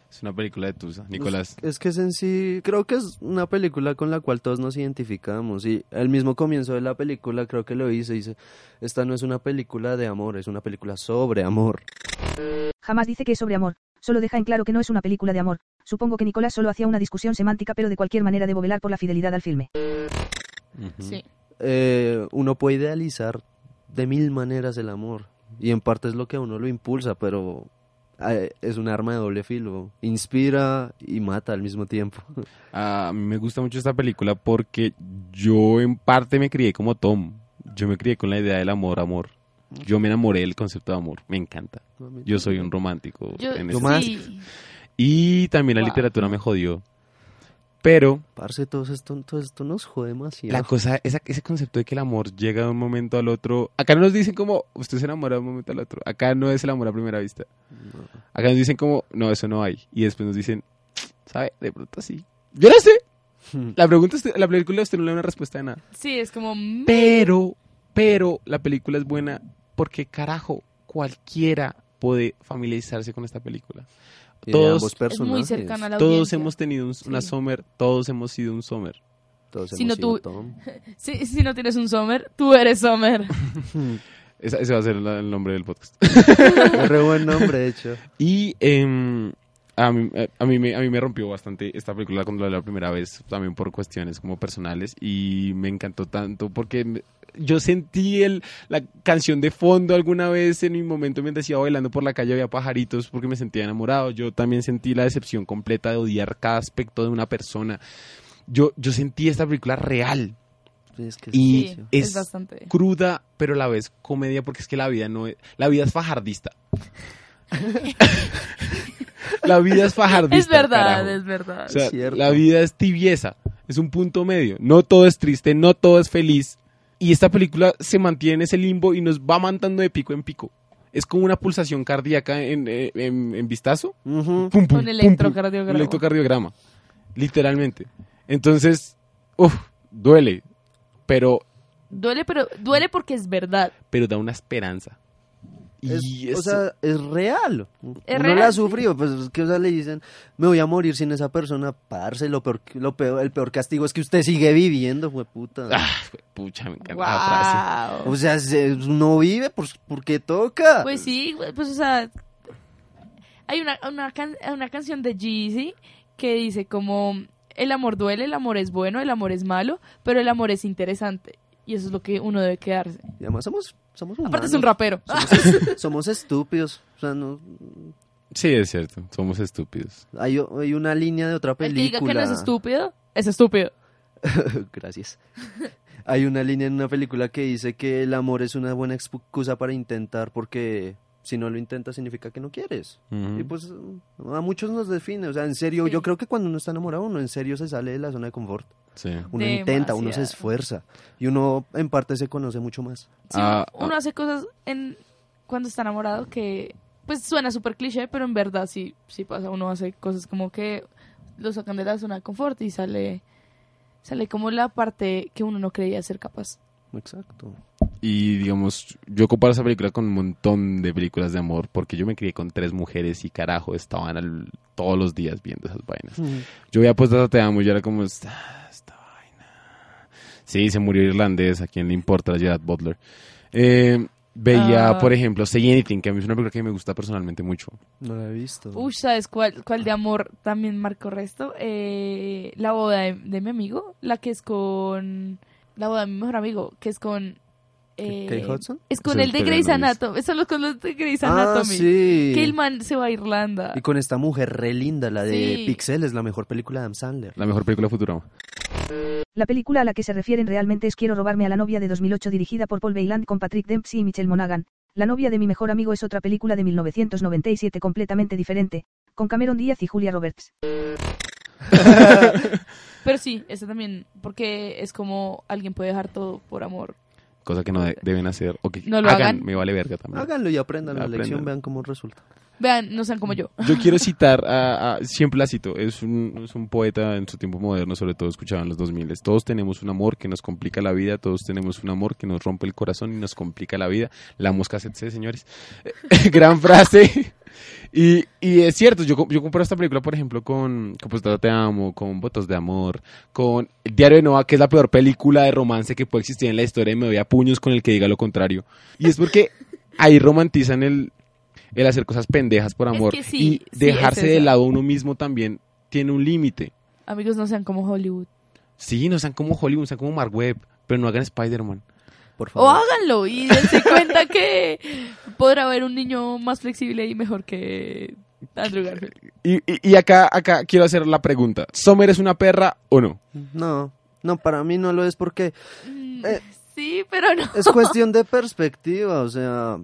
Es una película de Tusa. Nicolás. Es que es en sí, creo que es una película con la cual todos nos identificamos. Y el mismo comienzo de la película creo que lo hice, dice, esta no es una película de amor, es una película sobre amor. Jamás dice que es sobre amor, solo deja en claro que no es una película de amor. Supongo que Nicolás solo hacía una discusión semántica, pero de cualquier manera debo velar por la fidelidad al filme. Ujú. Sí. Eh, uno puede idealizar de mil maneras el amor y en parte es lo que a uno lo impulsa, pero eh, es un arma de doble filo, inspira y mata al mismo tiempo. <laughs> A mí me gusta mucho esta película porque yo en parte me crié como Tom. Yo me crié con la idea del amor, amor. Yo me enamoré del concepto de amor. Me encanta. Yo soy un romántico. Yo, en Yo ese más. sentido. Y también la Wow. literatura me jodió. Pero Parce, todo esto, todo esto nos jode demasiado. la cosa, esa- ese concepto de que el amor llega de un momento al otro. Acá no nos dicen como, usted se enamora de un momento al otro. Acá no es el amor a primera vista. Acá nos dicen como, no, eso no hay. Y después nos dicen, ¿sabe? De pronto sí. Yo no sé. La pregunta, usted- la película usted no le da una respuesta de nada. Sí, es como... mm, Pero, pero la película es buena porque carajo, cualquiera puede familiarizarse con esta película. <laughs> Y de Todos, ambos Es muy personajes, cercana a la todos audiencia. hemos tenido un- una Sí. Sommer, todos hemos sido un Sommer. todos Si hemos no sido tú- <laughs> Tom. Si, si no tienes un Sommer, tú eres Sommer. Esa- ese va a ser la- el nombre del podcast. Re buen nombre, de hecho. Y em, a mí, a- a mí me, a mí me rompió bastante esta película cuando la vi la primera vez, también por cuestiones como personales, y me encantó tanto porque me- yo sentí el, la canción de fondo alguna vez en mi momento mientras iba bailando por la calle había pajaritos porque me sentía enamorado, yo también sentí la decepción completa de odiar cada aspecto de una persona. Yo, yo sentí esta película real, Sí, es que es Y demasiado. es, es- bastante. cruda, pero a la vez comedia, porque es que la vida no es. La vida es <laughs> fajardista. la vida es fajardista. Es verdad, carajo. es verdad. O sea, Cierto. la vida es tibieza, es un punto medio. No todo es triste, no todo es feliz. Y esta película se mantiene en ese limbo y nos va mandando de pico en pico. Es como una pulsación cardíaca en, eh, en- en vistazo. Ujú. Pum, pum, pum, Un pum. electrocardiograma. Un electrocardiograma. Literalmente. Entonces, uff, duele. Pero Duele, pero duele porque es verdad. pero da una esperanza. Y Es- eso, O sea, es real. Es Uno real, la ha sí. sufrido, pues es que o sea, le dicen, me voy a morir sin esa persona, parce, lo peor, lo peor, el peor castigo es que usted sigue viviendo, fue puta. ah, jue- pucha, me encanta la frase. Wow. O sea, se- uno vive pues, porque toca. Pues sí, güey, pues o sea, hay una, una, can- una canción de Jeezy que dice como el amor duele, el amor es bueno, el amor es malo, pero el amor es interesante. Y eso es lo que uno debe quedarse. Y además somos, somos Aparte es humanos. un rapero. Somos, somos estúpidos. O sea, no, Sí, es cierto, somos estúpidos. hay, hay una línea de otra El película. que diga que no es estúpido, es estúpido. <laughs> Gracias. Hay una línea en una película que dice que el amor es una buena excusa para intentar porque si no lo intentas significa que no quieres. Ujú. Y pues mm, a muchos nos define, o sea, en serio, Sí. yo creo que cuando uno está enamorado uno en serio se sale de la zona de confort. Sí. Uno intenta, uno se Demasiado. esfuerza y uno en parte se conoce mucho más. Sí, Ah, uno, uno hace cosas en cuando está enamorado que pues suena súper cliché, pero en verdad sí, sí pasa. Uno hace cosas como que lo sacan de la zona de confort y sale, sale como la parte que uno no creía ser capaz. Exacto. Y digamos, yo comparo esa película con un montón de películas de amor, porque yo me crié con tres mujeres y carajo, estaban al- todos los días viendo esas vainas. Yo había puesto a Te Amo y yo era como, esta, esta vaina. Sí, se murió irlandés, ¿a quién le importa? Gerard Butler. Eh, veía, Ah. por ejemplo, Say Anything, que a mí es una película que me gusta personalmente mucho. No la he visto. Uy, ¿sabes cuál, cuál de amor también marcó resto? Eh, la boda de, de mi amigo, la que es con... La boda de mi mejor amigo, que es con... eh, ¿Kate Hudson? Es con Esa el de historia Grey's no la he visto. Anatomy. Eso lo con los de Grey's Ah, Anatomy. sí. Que el man se va a Irlanda. Y con esta mujer re linda, la de Sí. Pixel, es la mejor película de Adam Sandler. La mejor película de Futurama. La película a la que se refieren realmente es Quiero robarme a la novia de 2008 dirigida por Paul Beyland con Patrick Dempsey y Michelle Monaghan. La novia de mi mejor amigo es otra película de 1997 completamente diferente, con Cameron Díaz y Julia Roberts. Pero sí, esa también, porque es como alguien puede dejar todo por amor. Cosa que no de- deben hacer. O que No lo hagan. Me vale verga también. Háganlo y aprendan la Aprendan. lección, vean cómo resulta. Vean, no sean como yo. Yo <laughs> quiero citar a, a- siempre la cito, es un, es un poeta en su tiempo moderno, sobre todo escuchado en los 2000. Todos tenemos un amor que nos complica la vida, todos tenemos un amor que nos rompe el corazón y nos complica la vida. La mosca se se- señores. <laughs> Gran frase. Y, y es cierto, yo, co- yo comparo esta película, por ejemplo, con, con pues, Tata Te Amo, con Votos de Amor, con El Diario de Noah, que es la peor película de romance que puede existir en la historia, y me voy a puños con el que diga lo contrario. Y es porque ahí romantizan el, el hacer cosas pendejas por Es amor. que sí, y sí, dejarse es de esa. lado uno mismo también tiene un límite. Amigos, no sean como Hollywood. Sí, no sean como Hollywood, sean como Mark Webb, pero no hagan Spider-Man. Por O favor. háganlo y dense cuenta que podrá haber un niño más flexible y mejor que Andrew Garfield. Y, y- y acá, acá quiero hacer la pregunta. ¿Sommer es una perra o no? No, no, para mí no lo es porque Mm, Eh. sí, pero no. es cuestión de perspectiva, o sea,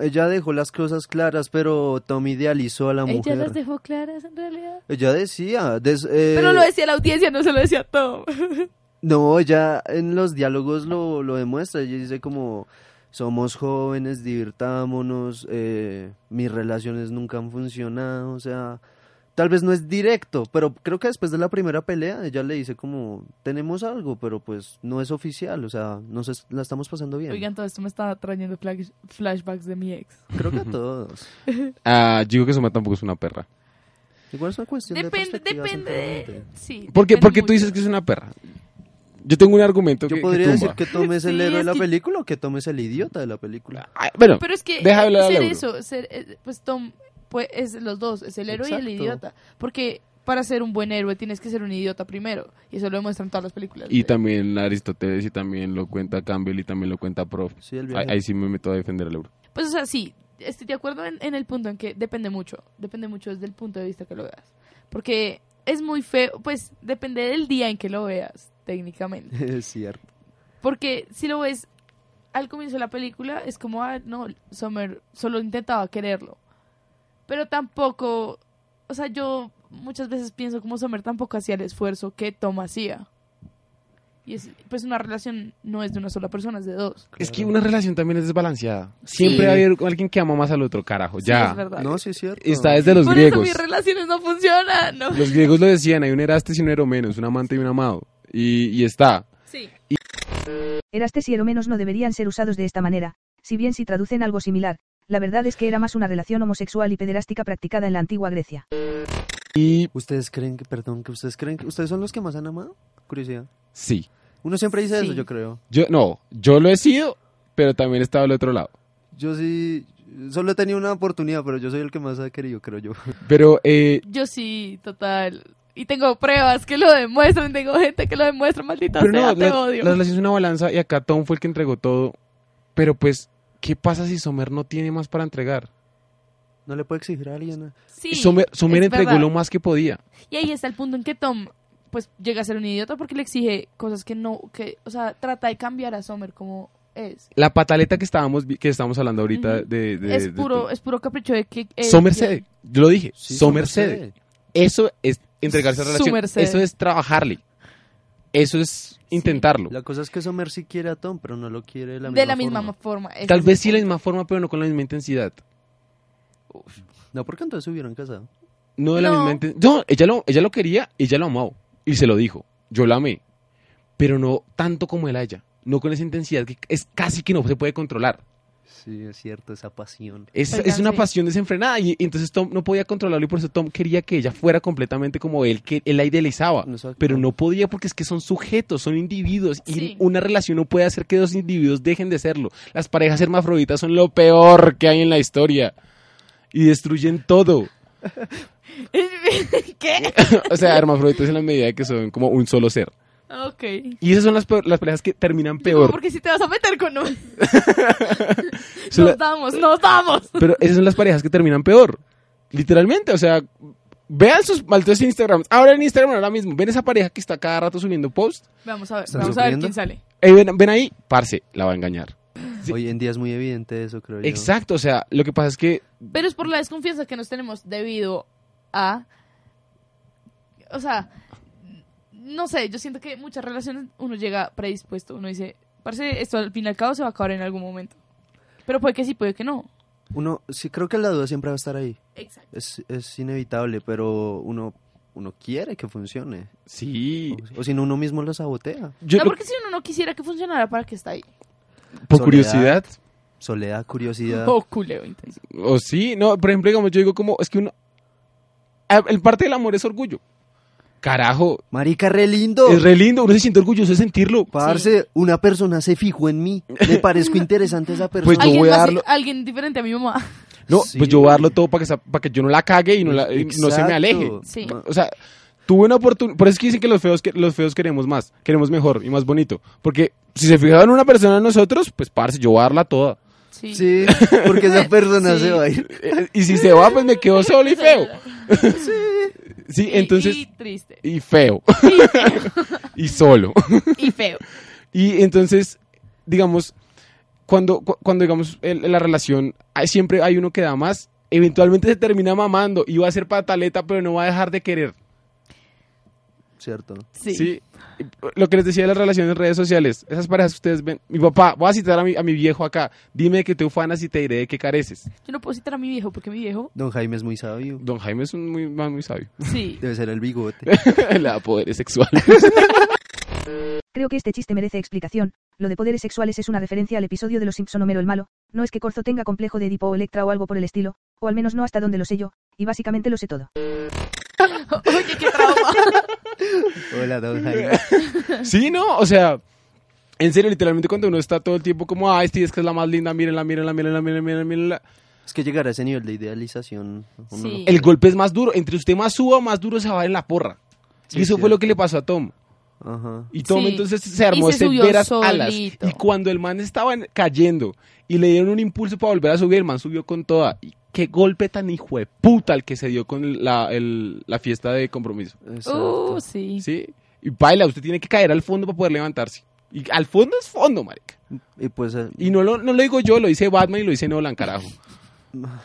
ella dejó las cosas claras, pero Tom idealizó a la Ella mujer. las dejó claras en realidad. Ella decía, des- eh, Pero lo decía la audiencia, no se lo decía todo. no, ella en los diálogos lo, lo demuestra, ella dice como, somos jóvenes, divirtámonos, eh, mis relaciones nunca han funcionado, o sea, tal vez no es directo, pero creo que después de la primera pelea ella le dice como, tenemos algo, pero pues no es oficial, o sea, nos es- la estamos pasando <laughs> bien. Oigan, todo esto me está trayendo flash- flashbacks de mi ex. Creo que a todos. Ah, yo digo que Sommer tampoco es una perra. Igual es una cuestión Depende, de perspectiva, depende. de- simplemente. Sí. ¿Por qué, depende por qué tú dices mucho. que es una perra? Yo tengo un argumento que, Yo que podría tumba. decir que tomes el Sí, héroe de es la que- película o que tomes el idiota de la película. Ay, Ah, bueno, Pero es que Deja de hablar al ser euro. eso, ser, eh, pues Tom pues es los dos, es el héroe y el Exacto. idiota. Porque para ser un buen héroe tienes que ser un idiota primero. Y eso lo demuestran todas las películas. Y también Aristóteles y también lo cuenta Campbell y también lo cuenta Prof. Sí, el Ahí, viaje. ahí sí me meto a defender al euro. Pues o sea, sí, estoy de acuerdo en, en el punto en que depende mucho, depende mucho desde el punto de vista que lo veas. Porque es muy feo, pues depende del día en que lo veas, técnicamente. <laughs> es cierto. Porque si lo ves al comienzo de la película, es como, ah, no, Summer solo intentaba quererlo. Pero tampoco, o sea, yo muchas veces pienso como Summer tampoco hacía el esfuerzo que Tom hacía. Y es, pues una relación no es de una sola persona, es de dos. Es que una relación también es desbalanceada. Siempre va a haber alguien que ama más al otro, carajo. Sí, Ya. es verdad. No, sí es cierto. Está desde los Por eso griegos. mis relaciones no funcionan, ¿no? Los griegos lo decían, hay un Erastes y un Eromenos, un amante y un amado. Y, y está. Sí. Erastes y Eromenos no deberían ser usados de esta manera, si bien si traducen algo similar, la verdad es que era más una relación homosexual y pederástica practicada en la antigua Grecia. Y ¿Ustedes creen que, perdón, que ustedes creen que ustedes son los que más han amado? Curiosidad. sí. Uno siempre dice Sí. eso, yo creo. Yo, no, yo lo he sido, pero también he estado al otro lado. Yo sí, solo he tenido una oportunidad, pero yo soy el que más ha querido, creo yo. <laughs> Pero eh, Yo sí, total. Y tengo pruebas que lo demuestran, tengo gente que lo demuestra, maldita Pero sea, no, te la, odio. la relación es una balanza y acá Tom fue el que entregó todo. Pero pues, ¿qué pasa si Somer no tiene más para entregar? No le puedo exigir a alguien. ¿no? Sí, Somer, Somer es entregó verdad. lo más que podía. Y ahí está el punto en que Tom pues llega a ser un idiota porque le exige cosas que no, que, o sea, trata de cambiar a Summer como es. La pataleta que estábamos, vi- que estábamos hablando ahorita Ujú. de, de- es de- puro, es puro capricho de que eh, Somer ya- cede. Yo lo dije, Sí, Somer Somer cede. cede. Eso es entregarse a la Su relación. merced. Eso es trabajarle. Eso es intentarlo. La cosa es que Somer sí quiere a Tom, pero no lo quiere de la misma de la misma forma. forma. Ese Tal es vez el sí de la punto. misma forma, pero no con la misma intensidad. No, porque entonces se hubieran casado. No de la No. misma inten- No, ella lo, ella lo quería, ella lo amó y se lo dijo. Yo la amé, pero no tanto como él a ella. No con esa intensidad que es casi que no se puede controlar. Sí, es cierto, esa pasión. Es, Oigan, es una sí. pasión desenfrenada y, y entonces Tom no podía controlarlo y por eso Tom quería que ella fuera completamente como él, que él la idealizaba. Exacto. Pero no podía porque es que son sujetos, son individuos y Sí. una relación no puede hacer que dos individuos dejen de serlo. Las parejas hermafroditas son lo peor que hay en la historia y destruyen todo. <laughs> <laughs> ¿Qué? o sea, hermafroditas en la medida de que son como un solo ser. Ok. Y esas son las, peor- las parejas que terminan Peor. peor. Porque si te vas a meter con nos Son la- damos, nos damos. pero esas son las parejas que terminan peor. Literalmente, o sea, vean sus malditos Instagram. Ahora en Instagram ahora mismo, ven esa pareja que está cada rato subiendo post. Vamos a ver, ¿Están vamos a ver sufriendo? quién sale. Eh, ven, ven ahí, parce, la va a engañar. Sí. Hoy en día es muy evidente eso, creo yo. Exacto, o sea, lo que pasa es que Pero es por la desconfianza que nos tenemos debido a... O sea, no sé, yo siento que muchas relaciones uno llega predispuesto, uno dice, parece esto al fin y al cabo se va a acabar en algún momento. Pero puede que sí, puede que no. Uno, sí, creo que la duda siempre va a estar ahí. Exacto. Es, es inevitable, pero uno, uno quiere que funcione. sí, O, o si no, uno mismo lo sabotea. yo lo- porque si uno no quisiera que funcionara, ¿para qué está ahí? por Soledad. curiosidad <laughs> Soledad, curiosidad. O Oh, culeo intenso. o sí, no, por ejemplo, digamos yo digo como es que uno a- el parte del amor es orgullo. Carajo, Marica, re lindo. es re lindo, uno se siente orgulloso de sentirlo. Parce, una persona se fijó en mí. <laughs> Me parezco interesante esa persona. Pues Yo voy ¿Alguien, a más- darlo- alguien diferente a mi mamá. <laughs> No, Sí. pues yo voy a darlo todo para que, sa- para que yo no la cague y no, la- y no se me Exacto. aleje. Sí. Ma- O sea, tuve una oportunidad. Por eso es que dicen que los feos, que los feos queremos más, queremos mejor y más bonito. Porque si se fijaban en una persona en nosotros, pues parce, yo voy a darla toda. Sí. Sí, porque esa persona Sí. se va a ir. Eh, Y si se va, pues me quedo solo y feo. <laughs> Sí, Y- entonces. Y <laughs> triste. Y feo. <laughs> Y solo. Y feo. Y entonces, digamos, cuando, cu- cuando digamos, el- la relación, hay- siempre hay uno que da más, eventualmente se termina mamando y va a ser pataleta, pero no va a dejar de querer. Cierto. Sí. Sí. Lo que les decía de las relaciones en redes sociales, esas parejas que ustedes ven, mi papá, voy a citar a mi, a mi viejo acá, dime de qué te ufanas y te diré de qué careces. Yo no puedo citar a mi viejo porque mi viejo... Don Jaime es muy sabio. Don Jaime es un muy, man muy sabio. <laughs> Sí. <laughs> Debe ser el bigote. Le da poderes sexuales. Creo que este chiste merece explicación, lo de poderes sexuales es una referencia al episodio de Los Simpson Homero el Malo, no es que Corzo tenga complejo de Edipo o Electra o algo por el estilo, o al menos no hasta donde lo sé yo, y básicamente lo sé todo. Oye, qué trauma. Hola, Don Jaime. Sí, no, o sea, en serio, literalmente cuando uno está todo el tiempo como, ay, sí, es que es la más linda, mírenla, mírenla, mírenla, mírenla, mírenla, mírenla. Es que llegar a ese nivel de idealización. uno no- Sí. El golpe es más duro. Entre usted más suba, más duro se va a dar en la porra. Sí, y eso fue cierto. lo que le pasó a Tom. Ajá. Y Tom Sí. entonces se armó se este subió veras alas. Y solito. cuando el man estaba en- cayendo y le dieron un impulso para volver a subir, el man subió con toda. Y qué golpe tan hijo de puta el que se dio con el- la, el- la fiesta de compromiso. Exacto. Uh, sí. ¿Sí? Y baila, usted tiene que caer al fondo para poder levantarse. Y al fondo es fondo, marica. Y pues eh, Y no lo, no lo digo yo, lo dice Batman y lo dice Nolan, carajo.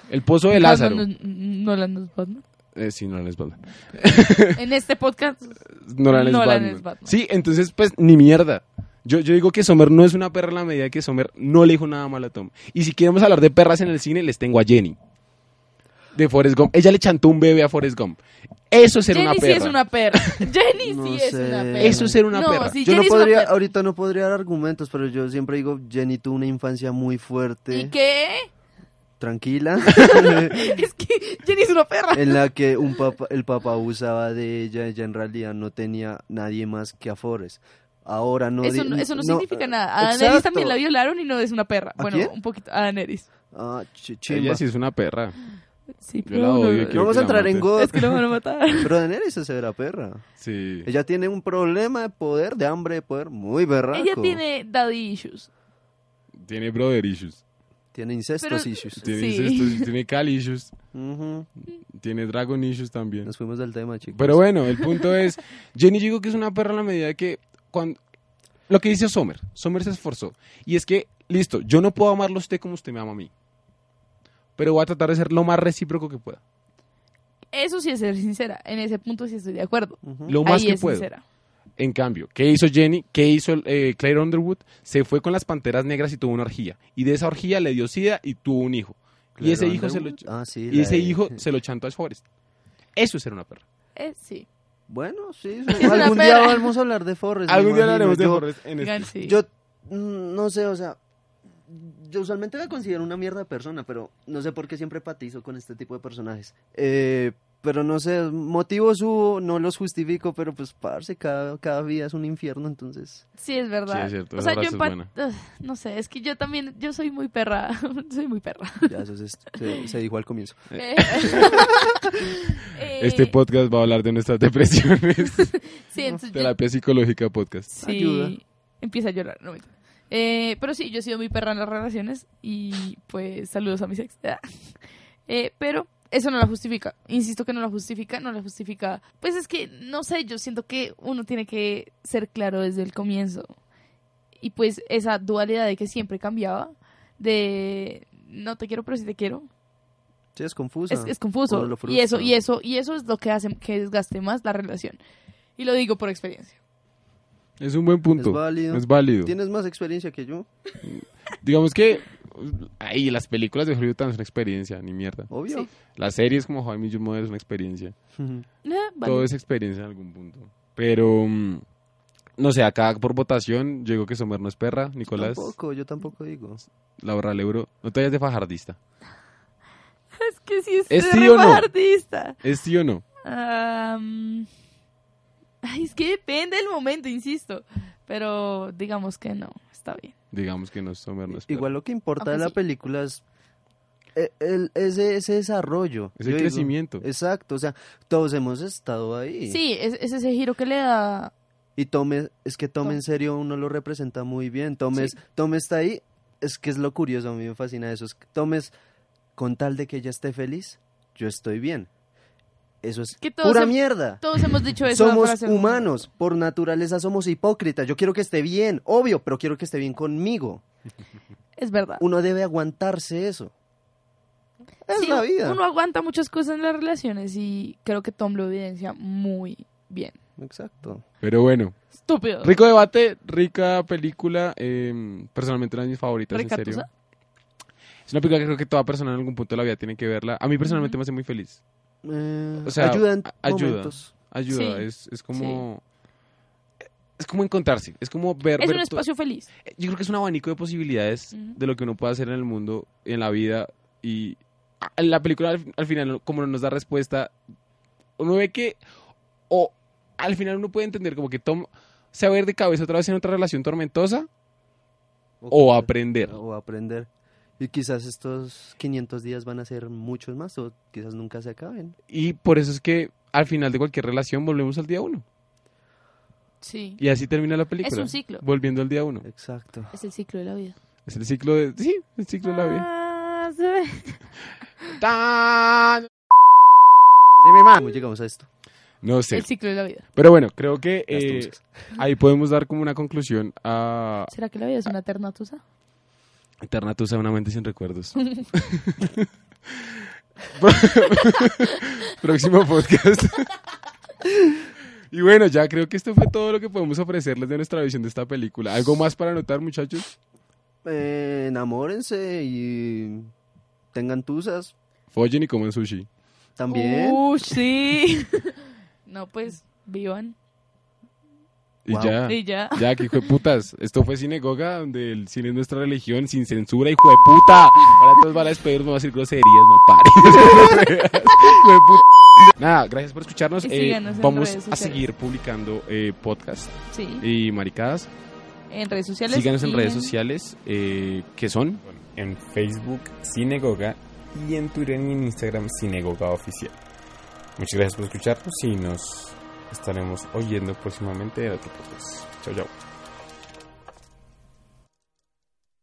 El pozo de Batman Lázaro. no- Nolan no es <laughs> Batman. Eh, sí, Nolan es Batman. En este podcast, Nolan es, Nolan Batman. es Batman. Sí, entonces, pues, ni mierda. Yo, yo digo que Sommer no es una perra en la medida que Sommer no le dijo nada malo a Tom. Y si queremos hablar de perras en el cine, les tengo a Jenny. De Forrest Gump. Ella le chantó un bebé a Forrest Gump. Eso es ser Jenny una sí perra. es <laughs> una perra. Jenny No sí es sé. una perra. Eso es ser una no, perra. sí, yo no Jenny es una podría, perra. ahorita no podría dar argumentos, pero yo siempre digo, Jenny tuvo una infancia muy fuerte, ¿Y qué? <laughs> tranquila, Es que Jenny es una perra. en la que un papá, el papá abusaba de ella, ella en realidad no tenía nadie más que a Forrest. Ahora no... eso, di- no, eso no, significa nada. A Exacto. Daenerys también la violaron y no es una perra. ¿A Bueno, quién? un poquito. A Daenerys. Ah, ch- chimba. Ella sí es una perra. Sí, Yo la odio. No quiero vamos que a la entrar en maten. God, Es que lo van a matar. <laughs> pero Daenerys es severa perra. Sí. Ella tiene un problema de poder, de hambre de poder, muy berraco. Ella tiene daddy issues. Tiene brother issues. Tiene incestos Pero- issues. Tiene, Sí. incestos, tiene cal issues. Ujú. Tiene dragon issues también. Nos fuimos del tema, chicos. Pero bueno, el punto es, Jenny yo digo que es una perra en la medida que cuando lo que dice Sommer, Sommer se esforzó y es que listo, yo no puedo amarlo a usted como usted me ama a mí. Pero voy a tratar de ser lo más recíproco que pueda, Eso sí es ser sincera. En ese punto sí estoy de acuerdo. Ujú. lo más Ahí que es puedo. sincera. En cambio, ¿qué hizo Jenny? ¿Qué hizo eh, Claire Underwood? Se fue con las panteras negras y tuvo una orgía y de esa orgía le dio sida y tuvo un hijo. y ese Claro, hijo se lo Underwood. Ah, sí, y la ese <laughs> de- <laughs> hijo se lo chantó a Forrest. Eso es ser una perra. Eh, sí. Bueno, <laughs> sí. una algún día pera. vamos a hablar de Forrest. me Algún día Pues, imagino. hablaremos de Yo- Forrest en este. Oigan, sí. Yo, mm, no sé, o sea, yo usualmente me considero una mierda de persona, pero no sé por qué siempre patizo con este tipo de personajes. Eh, pero no sé, motivos hubo, no los justifico, pero pues, parce, cada, cada vida es un infierno, entonces... Sí, es verdad. Sí, es cierto, O esa sea, yo frase es empa- buena. Ugh, No sé, es que yo también, yo soy muy perra. <laughs> soy muy perra. Ya, eso se, se- se dijo al comienzo. <laughs> <laughs> Eh, eh, Este podcast va a hablar de nuestras depresiones. sí, entonces yo- Terapia psicológica podcast. sí, Ayuda. empieza a llorar. No, mentira. eh, pero sí, yo he sido muy perra en las relaciones y pues saludos a mis ex. Eh, pero eso no la justifica. Insisto que no la justifica, no la justifica. Pues es que, no sé, yo siento que uno tiene que ser claro desde el comienzo. Y pues esa dualidad de que siempre cambiaba, de no te quiero pero sí te quiero, Sí, es confusa. es, es confuso. o lo Y eso, frustra. y eso, y eso es lo que hace que desgaste más la relación. Y lo digo por experiencia. Es un buen punto. Es válido. Es válido. Tienes más experiencia que yo, Digamos que. Ay, las películas de Hollywood también son una experiencia, ni mierda. obvio. Las series como How I Met Your Mother es una experiencia. <laughs> Eh, vale. Todo es experiencia en algún punto. Pero. mm, No sé, acá por votación, yo digo que Somer no es perra. Nicolás, Tampoco, yo tampoco digo. Laura Leuro. No te vayas de fajardista. Es que sí es, ¿Es es sí o no? artista. ¿Es sí o no? Am, ay, es que depende del momento, insisto. Pero digamos que no, está bien. Digamos que no, Somer no es perra. Igual lo que importa Aunque de la sí. película es e- el- ese, ese desarrollo. Es el Yo digo, crecimiento. exacto, o sea, todos hemos estado ahí. Sí, es, es ese giro que le da. Y tome, es que Tom, Tom. en serio uno lo representa muy bien. Tom, Sí. es- Tom está ahí, es que es lo curioso, a mí me fascina eso. Es que Tom es, con tal de que ella esté feliz, yo estoy bien. Eso es Que todos pura hem- mierda. Todos hemos dicho eso. Somos frase alguna vez. humanos, por naturaleza somos hipócritas. Yo quiero que esté bien, obvio, pero quiero que esté bien conmigo. Es verdad. Uno debe aguantarse eso. Es Sí, la vida. Uno aguanta muchas cosas en las relaciones y creo que Tom lo evidencia muy bien. Exacto. Pero bueno, Estúpido. rico debate, rica película. eh, personalmente, una de mis favoritas, Rica en serio. tusa. Es una película que creo que toda persona en algún punto de la vida tiene que verla. A mí personalmente Ujú. me hace muy feliz. Eh, O sea, ayuda en a- ayuda. momentos. Ayuda, Sí, es, es como... Es como encontrarse, es como ver... Es ver un to- espacio feliz. Yo creo que es un abanico de posibilidades Ujú. de lo que uno puede hacer en el mundo, en la vida. Y a- la película al, al final, como no nos da respuesta, uno ve que... O al final uno puede entender como que Tom se va a ver Ah, de cabeza otra vez en otra relación tormentosa o aprender. O aprender. Y quizás estos 500 días van a ser muchos más o quizás nunca se acaben. Y por eso es que al final de cualquier relación volvemos al día uno. Sí. Y así termina la película. Es un ciclo. Volviendo al día uno. Exacto. Es el ciclo de la vida. Es el ciclo de... Sí, el ciclo de la vida. Ah, se ve. ¡Tan! Sí, mi mamá. ¿Cómo llegamos a esto? No sé. El ciclo de la vida. Pero bueno, creo que Las eh, tusas. ahí podemos dar como una conclusión a ¿Será que la vida es una eterna tusa? Eterna Tusa, una mente sin <laughs> recuerdos. <laughs> Próximo podcast. y bueno, ya creo que esto fue todo lo que podemos ofrecerles de nuestra visión de esta película. ¿Algo más para anotar, muchachos? Eh, enamórense y tengan tusas Follen y coman sushi. también. Uh, sí. <laughs> no, pues vivan Y Wow. ya. y ya. Ya, que <laughs> hijo de putas. Esto fue Cinegoga, donde el cine es nuestra religión, sin censura, hijo de puta. Ahora todos van a despedirnos, vamos a decir groserías, malparidos. <laughs> hijo de puta. Nada, gracias por escucharnos. Y Eh, síganos en vamos redes a sociales. seguir publicando eh, podcast Sí. y maricadas. En redes sociales. Síganos en y redes sociales, eh, que son En Facebook Cinegoga y en Twitter y en Instagram Cinegoga Oficial. Muchas gracias por escucharnos y nos estaremos oyendo próximamente en otro podcast. Chao, chao.